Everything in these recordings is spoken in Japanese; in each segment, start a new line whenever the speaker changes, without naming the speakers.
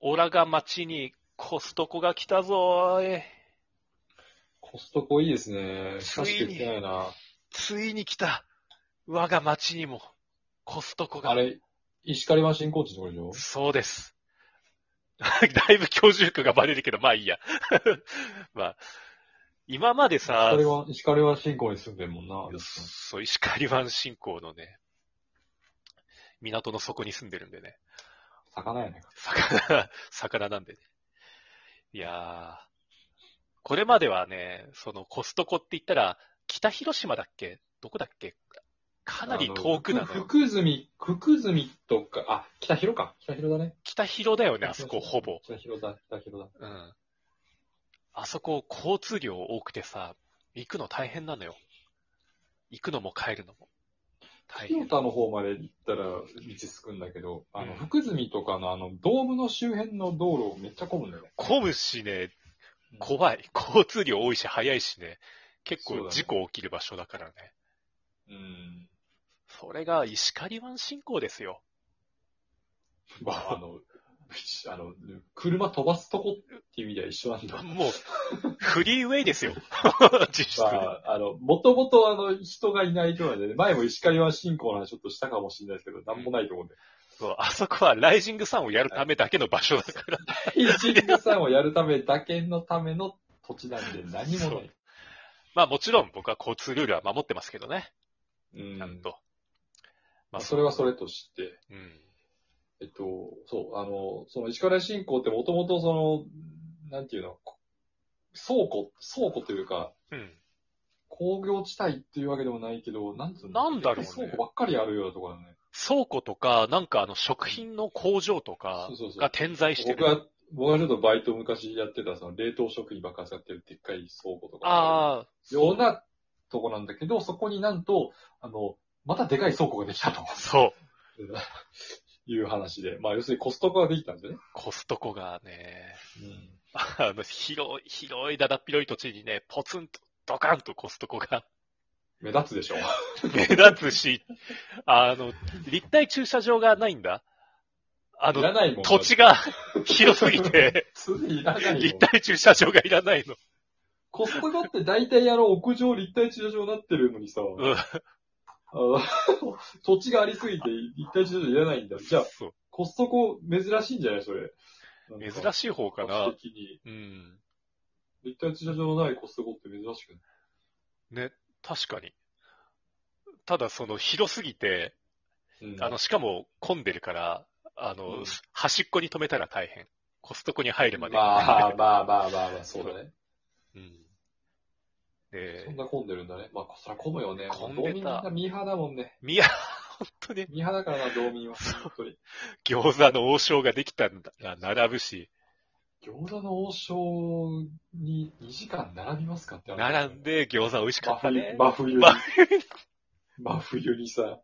オラが街にコストコが来たぞーい。
コストコいいですね。
つい
確
に
か行ってないな。
ついに来た。我が町にも、コストコが。
あれ、石狩湾新高地のところでしょ
そうです。 だいぶ居住区がバレるけど、まあいいや。 まあ、今までさ
石、狩湾、石狩湾新高に住んでんもんな。
そう、石狩湾新港のね、港の底に住んでるんでね。
魚やねんか。
魚、 魚なんでね。いやー。これまではね、そのコストコって言ったら、北広島だっけどこだっけかなり遠くな
あ
の
ふ
よ。
福住、福住とか、あ、北広か。北広だね。
北広だよ ね、あそこほぼ。
北広だ、北広だ。
うん。あそこ交通量多くてさ、行くの大変なのよ。行くのも帰るのも。大
広
変。
田の方まで行ったら道つくんだけど、あの、
うん
福住とかのあの、ドームの周辺の道路めっちゃ混むんだよ。
混むしね、
うん
怖い。交通量多いし、早いしね。結
そうだ
構
ね
事故起きる場所だからね。
うん。
それが石狩湾新港ですよ。
まあ、あの、あの、車飛ばすとこっていう意味では一緒なんだ。
もう、フリーウェイです よ。実質。
まあ、あの、もともとあの、人がいないとこなんでね、前も石狩湾新港の話ちょっとしたかもしれないですけど、なんもないと思うんで。
そうあそこはライジングサンをやるためだけの場所だ から。
イチングさんをやるためだけのための土地なんで何も
そ
な
う
い。
まあもちろん僕は交通ルールは守ってますけどね。
うん
ちゃんと。
まあ、それはそ
れ。
れとして、
うん。
えっと、そう、あの、その石狩新港ってもともとその、なんていうの、こ倉庫、倉庫というか、
うん。
工業地帯っていうわけでもないけど、なんつうの
なんだろうね
倉庫ばっかりあるようなところだね。
倉庫とか、なんかあの食品の工場とか
そうそうそう
が点在して
僕
る。
は、僕はちょっとバイト昔やってた、その冷凍食品ばっかり使ってるでっかい倉庫とか。
ああ、
ようなとこなんだけど、そこになんと、あの、またでかい倉庫ができたと
そう。
いう話で。まあ、要するにコストコができたんですよね。
コストコがね、あの、広い、広いだだっ広い土地にね、ポツンと、ドカンとコストコが
目立つでしょ。
目立つし、あの、立体駐車場がないんだ。あ
い
の、
らないもん。
土地が広すぎて、
すぐいらない
立
よ。
体駐車場がいらないの。
コストコって大体あの、屋上立体駐車場になってるのにさ、
うん。
あの 土地がありすぎて立体駐車場いらないんだ。じゃあ、
そう。
コストコ珍しいんじゃないそれ。
珍
しい
しい方かな。
的に。
うん。
立体駐車場のないコストコって珍しくない
ね、確かに。ただ、その、広すぎて、あの、しかも混んでるから、あの、
うん
端っこに止めたら大変。コストコに入るまで。
まあまあまあまあまあ、そ うだね。
うん。
そ
で
ん、な混んでるんだね。まあ、そりゃ混むよね。
混んでた
道民みんなミーハーだもんね。
みや、本当に
ミーハーだからな、道民は。本当に。
餃子の王将ができたら並ぶし、
餃子の王将に2時間並びますかって話
並んで餃子美味しか
真
ったね
冬、。真冬に
真。
真冬にさ。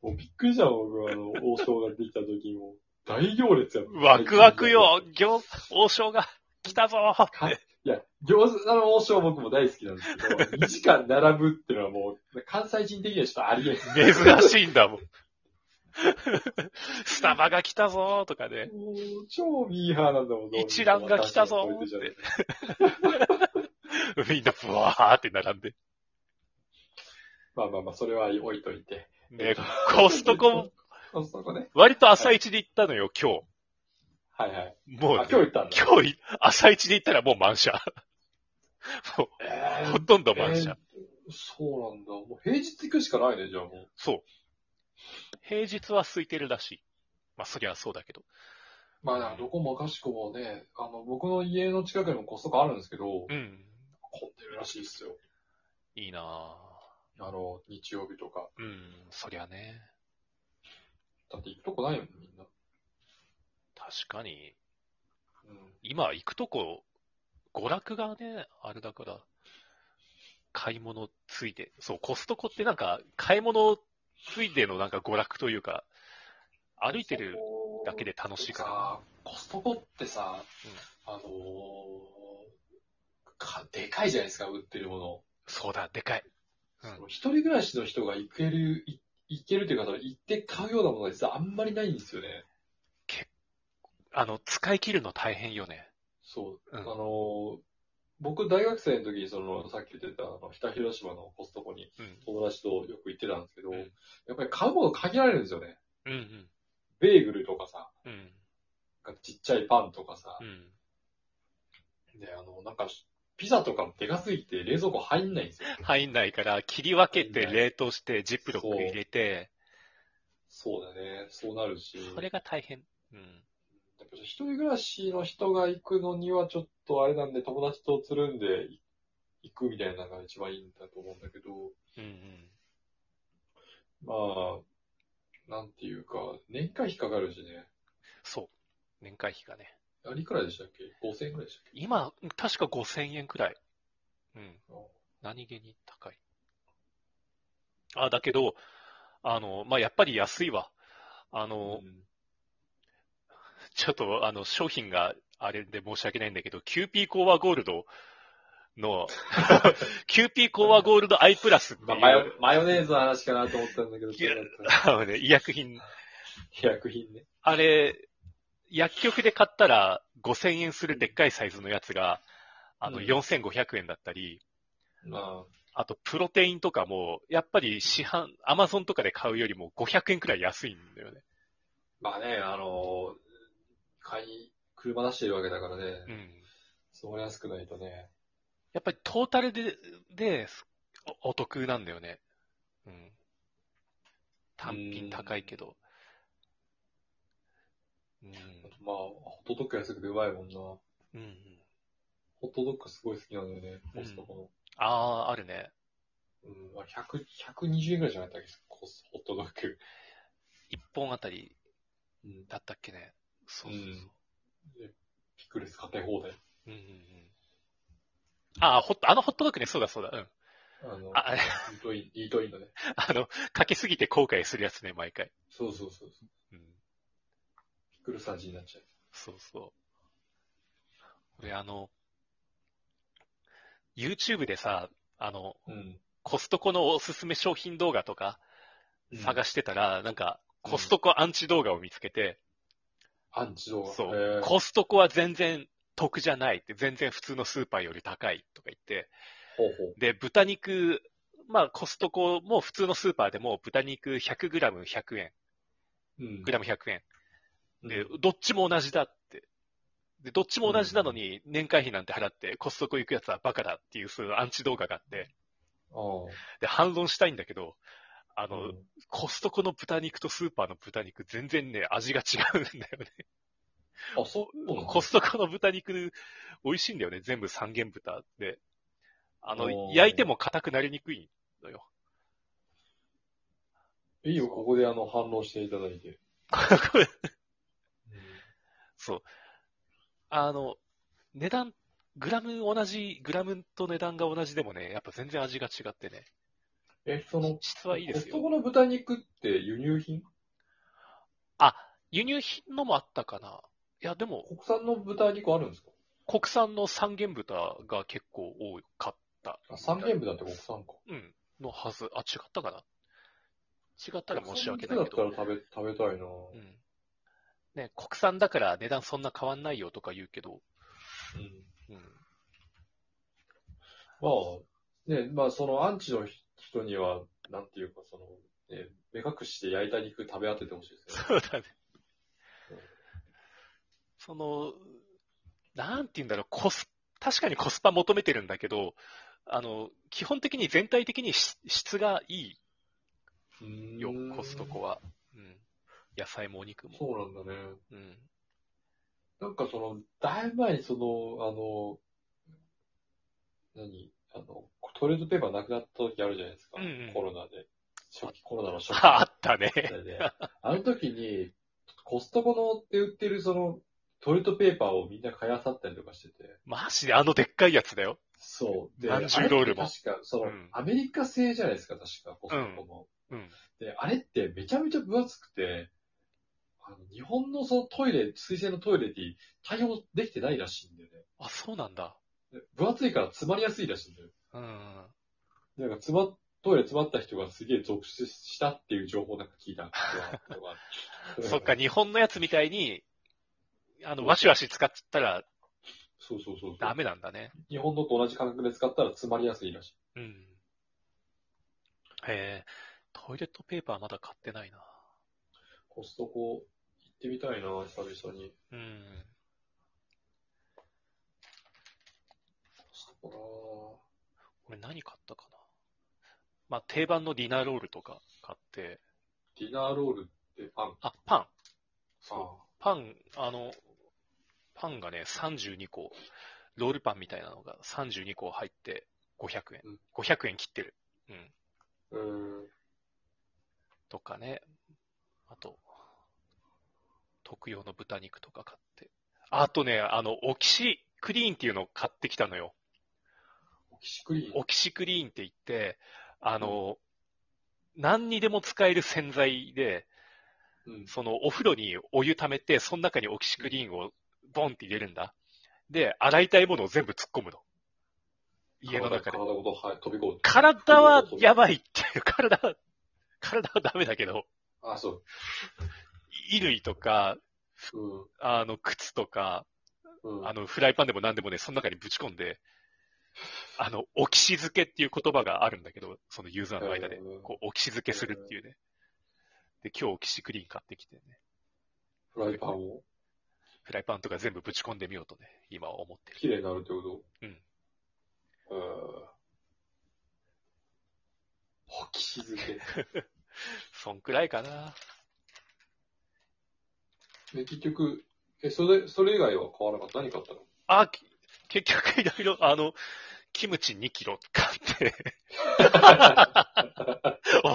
もうびっくりじゃん、僕、あの、王将ができた時 も。大行列やった
ワクワクよ餃子、王将が来たぞ
かいや、餃子の王将僕も大好きなんですけど、2時間並ぶってのはもう、関西人的にはちょっとありえない。
珍しいんだもん。 スタバが来たぞとかね。
もう超ミーハーなんだもん、
一覧が来たぞ
どう見ても
って。みんなブワーって並んで。
まあまあまあ、それは置いといて。
ね、コストコも
コストコね。
割と朝一で行ったのよ、今
はいはい。
日。もう、
あ、今日行ったんだ。
今日い、朝一で行ったらもう満車。も
え
う、
ー
ほとんど満車。
えーそうなんだ。もう平日行くしかないね、じゃあもう。
そう。平日は空いてるらしい。まあ、そりゃそうだけど。
まあ、だからどこもかしこもね、あの、僕の家の近くにもコストコあるんですけど、混ん
うん。
でるらしいっすよ。
いいなぁ。
あの、日曜日とか。
うん、そりゃね。
だって行くとこないよね、みんな。
確かに、
うん。
今行くとこ、娯楽がね、あれだから、買い物ついて、そう、コストコってなんか、買い物ついてのなんか娯楽というか、歩いてるだけで楽しいから。
さコストコってさ、あのーか、でかいじゃないですか、売ってるもの。
そうだ、でかい。うん
その一人暮らしの人が行ける、い行けるというか、その行って買うようなものが実はあんまりないんですよね。
あの、使い切るの大変よね。
そ
う
う。
ん
あの、僕、大学生の時に、その、さっき言ってた、あの、北広島のコストコに
うん。
友達とよく行ってたんですけど、
うん
やっぱり買うもの限られるんですよね。
うんうん。
ベーグルとかさ、
うん。
なんかちっちゃいパンとかさ
う、ん。
で、あの、なんか、ピザとかもでかすぎて冷蔵庫入んないんですよ。
入んないから、切り分けて冷凍して、ジップロックに入れて、
そうだね。そうなるし。
それが大変。うん。
だけど一人暮らしの人が行くのにはちょっとあれなんで、友達とつるんで行くみたいなのが一番いいんだと思うんだけど、
うんうん。
まあ、なんていうか、年会費かかるしね。
そう。年会費がね。
あれいくらでしたっけ ?5000 円くらいでしたっけ
今、確か5000円くらい。うん。何気に高い。あ、だけど、あの、まあ、やっぱり安いわ。あの、
うん
ちょっと、あの、商品があれで申し訳ないんだけど、キューピーコアゴールド の、キューピーコアゴールドアイプラスって
まあ
い
マヨ
う、
マヨネーズの話かなと思ったんだけど、
いや
違った
あのね医薬品、
医薬品ね。
あれ、薬局で買ったら5000円するでっかいサイズのやつが、あの、
うん
4500円だったり、
まあ、
あと、プロテインとかも、やっぱり市販、アマゾンとかで買うよりも500円くらい安いんだよね。
まあね、あの、買い、車出してるわけだからね、
うん。
そう安くないとね。
やっぱりトータルで、で、おお得なんだよね。うん。単品高いけど。うん。
まあ、ホットドッグ安くてうまいもんな。ホ
うんうん。
ットドッグすごい好きなんだよね、
うん
コストコの。
ああー、あるね。
うん、まあ100、120円くらいじゃなかったっけコスホットドッグ。
一本あたり
うん、
だったっけね。そうそうそう。
ピクルス買って放題。
うんうんうん。ああ、ホット、あのホットドッグね、そうだそうだ。うん。
あの、
あ、あれ
イートイン、イートインのね。
あの、かけすぎて後悔するやつね、毎回。
そうそうそうそう。
うん。
ピクルス味になっちゃう。
そうそう。俺、あの、YouTube でさ、あの、
うん。
コストコのおすすめ商品動画とか探
し、
してたら、なんか、
うん
コストコアンチ動画を見つけて、
アンチ動画。
そ
へ
う
ー、
コストコは全然得じゃないって、全然普通のスーパーより高いとか言って、
ほうほう。
で、豚肉、まあコストコも普通のスーパーでも豚肉 100g100 円、
うん
グラム100円。
うん
で、どっちも同じだって。で、どっちも同じなのに年会費なんて払ってコストコ行くやつはバカだっていうそういうアンチ動画があって、
ああ。
で、反論したいんだけど、あ
う
の、
ん
コストコの豚肉とスーパーの豚肉、全然ね、味が違うんだよね。
あ、そうなの
コストコの豚肉、美味しいんだよね。全部三元豚で。あ
お
の、
ー
焼いても硬くなりにくいのよ。
いいよ、ここであの、反論していただ いて。
そう。あの、値段、グラム同じ、グラムと値段が同じでもね、やっぱ全然味が違ってね。
え、その、
質はいいで
コ
す
スト
よ。
コの豚肉って輸入品
あ、輸入品のもあったかな。いや、でも、
国産の豚肉あるんですか
国産の三元豚が結構多かった。
あ、三元豚って国産か。
うん、のはず。あ、違ったかな違ったら申し訳ないけ
国産
ど。
の豚だったら食べ、食べたいなぁ。
うん。ね、国産だから値段そんな変わんないよとか言うけど、
うん
うん。
まあ、ね、まあそのアンチの人には、なんていうかその、ね、目隠して焼いた肉食べ当ててほしいですね。
そうだね。その、なんて言うんだろう、コス、確かにコスパ求めてるんだけど、あの、基本的に全体的にし質がいい よ
うー、ん
コストコ。は。うん。野菜もお肉も。
そうなんだね。
うん。
なんかその、だいぶ前にその、あの、何あの、トイレットペーパーなくなった時あるじゃないですか。
うんうん
コロナで。初期、コロナ の初期
ああった ね。
で。あの時に、コストコのって売ってるその、トイレットペーパーをみんな買い漁ったりとかしてて。
マジであのでっかいやつだよ。
そう。で、
何重ロールも
あれって確か、その、
うん
アメリカ製じゃないですか、確か、コストコも。
うん。
で、あれってめちゃめちゃ分厚くて、あの日本のそのトイレ、水性のトイレに対応できてないらしいんだよ
あ、そうなんだ。
ね。で分厚いから詰まりやすいらしいんだよ。
うん。
でなんか詰ま、トイレ詰まった人がすげえ続出したっていう情報なんか聞いたことがあったのが
そっか、日本のやつみたいに、あの、わしわし使っちゃったら
そうそうそうそう
ダ。メなんだね。
日本のと同じ感覚で使ったら詰まりやすいらしい。
うん。へえ、トイレットペーパーまだ買ってないな。
コストコ行ってみたいな、久々に。
うん。
コストコ
俺何買ったかな。まあ、定番のディナーロールとか買って、
なディナーロールってパン。
あ、パン。
あ
そう。パン、あの、パンがね、32個、ロールパンみたいなのが32個入って500円
うん。
500円切ってる。うん。
あうーん。
とかね。あと、特用の豚肉とか買って。あとね、あの、オキシクリーンっていうのを買ってきたのよ。
オキシクリーン。
オキシクリーンって言って、あの、何にでも使える洗剤で、
うん。
そのお風呂にお湯溜めて、その中にオキシクリーンをボンって入れるんだ。で、洗いたいものを全部突っ込むの。家の中で
体。ごとはい飛び込む。
体はやばいっていう、体は、体はダメだけど、
あ、そ
衣類とか、
う。
あの、靴とか、
うん。うん。
あの、フライパンでも何でもね、その中にぶち込んで、あの、オキシ漬けっていう言葉があるんだけど、そのユーザーの間で
へー。
こう、オキシ漬けするっていうね。で、今日オキシクリーン買ってきてね、
フライパンを
フライパンとか全部ぶち込んでみようとね、今は思ってる。
綺麗になるってこと
うん
えー。オキシ漬け。
そんくらいかな。
で、結局、え、それ、それ以外は変わらなかった。何買ったの
あ、き結局いろいろ、あの、キムチ2キロ買って、終わ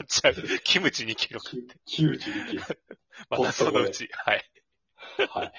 っちゃう。キムチ2キロ。
キキムチリキ。
またそのうち、はい。
はい。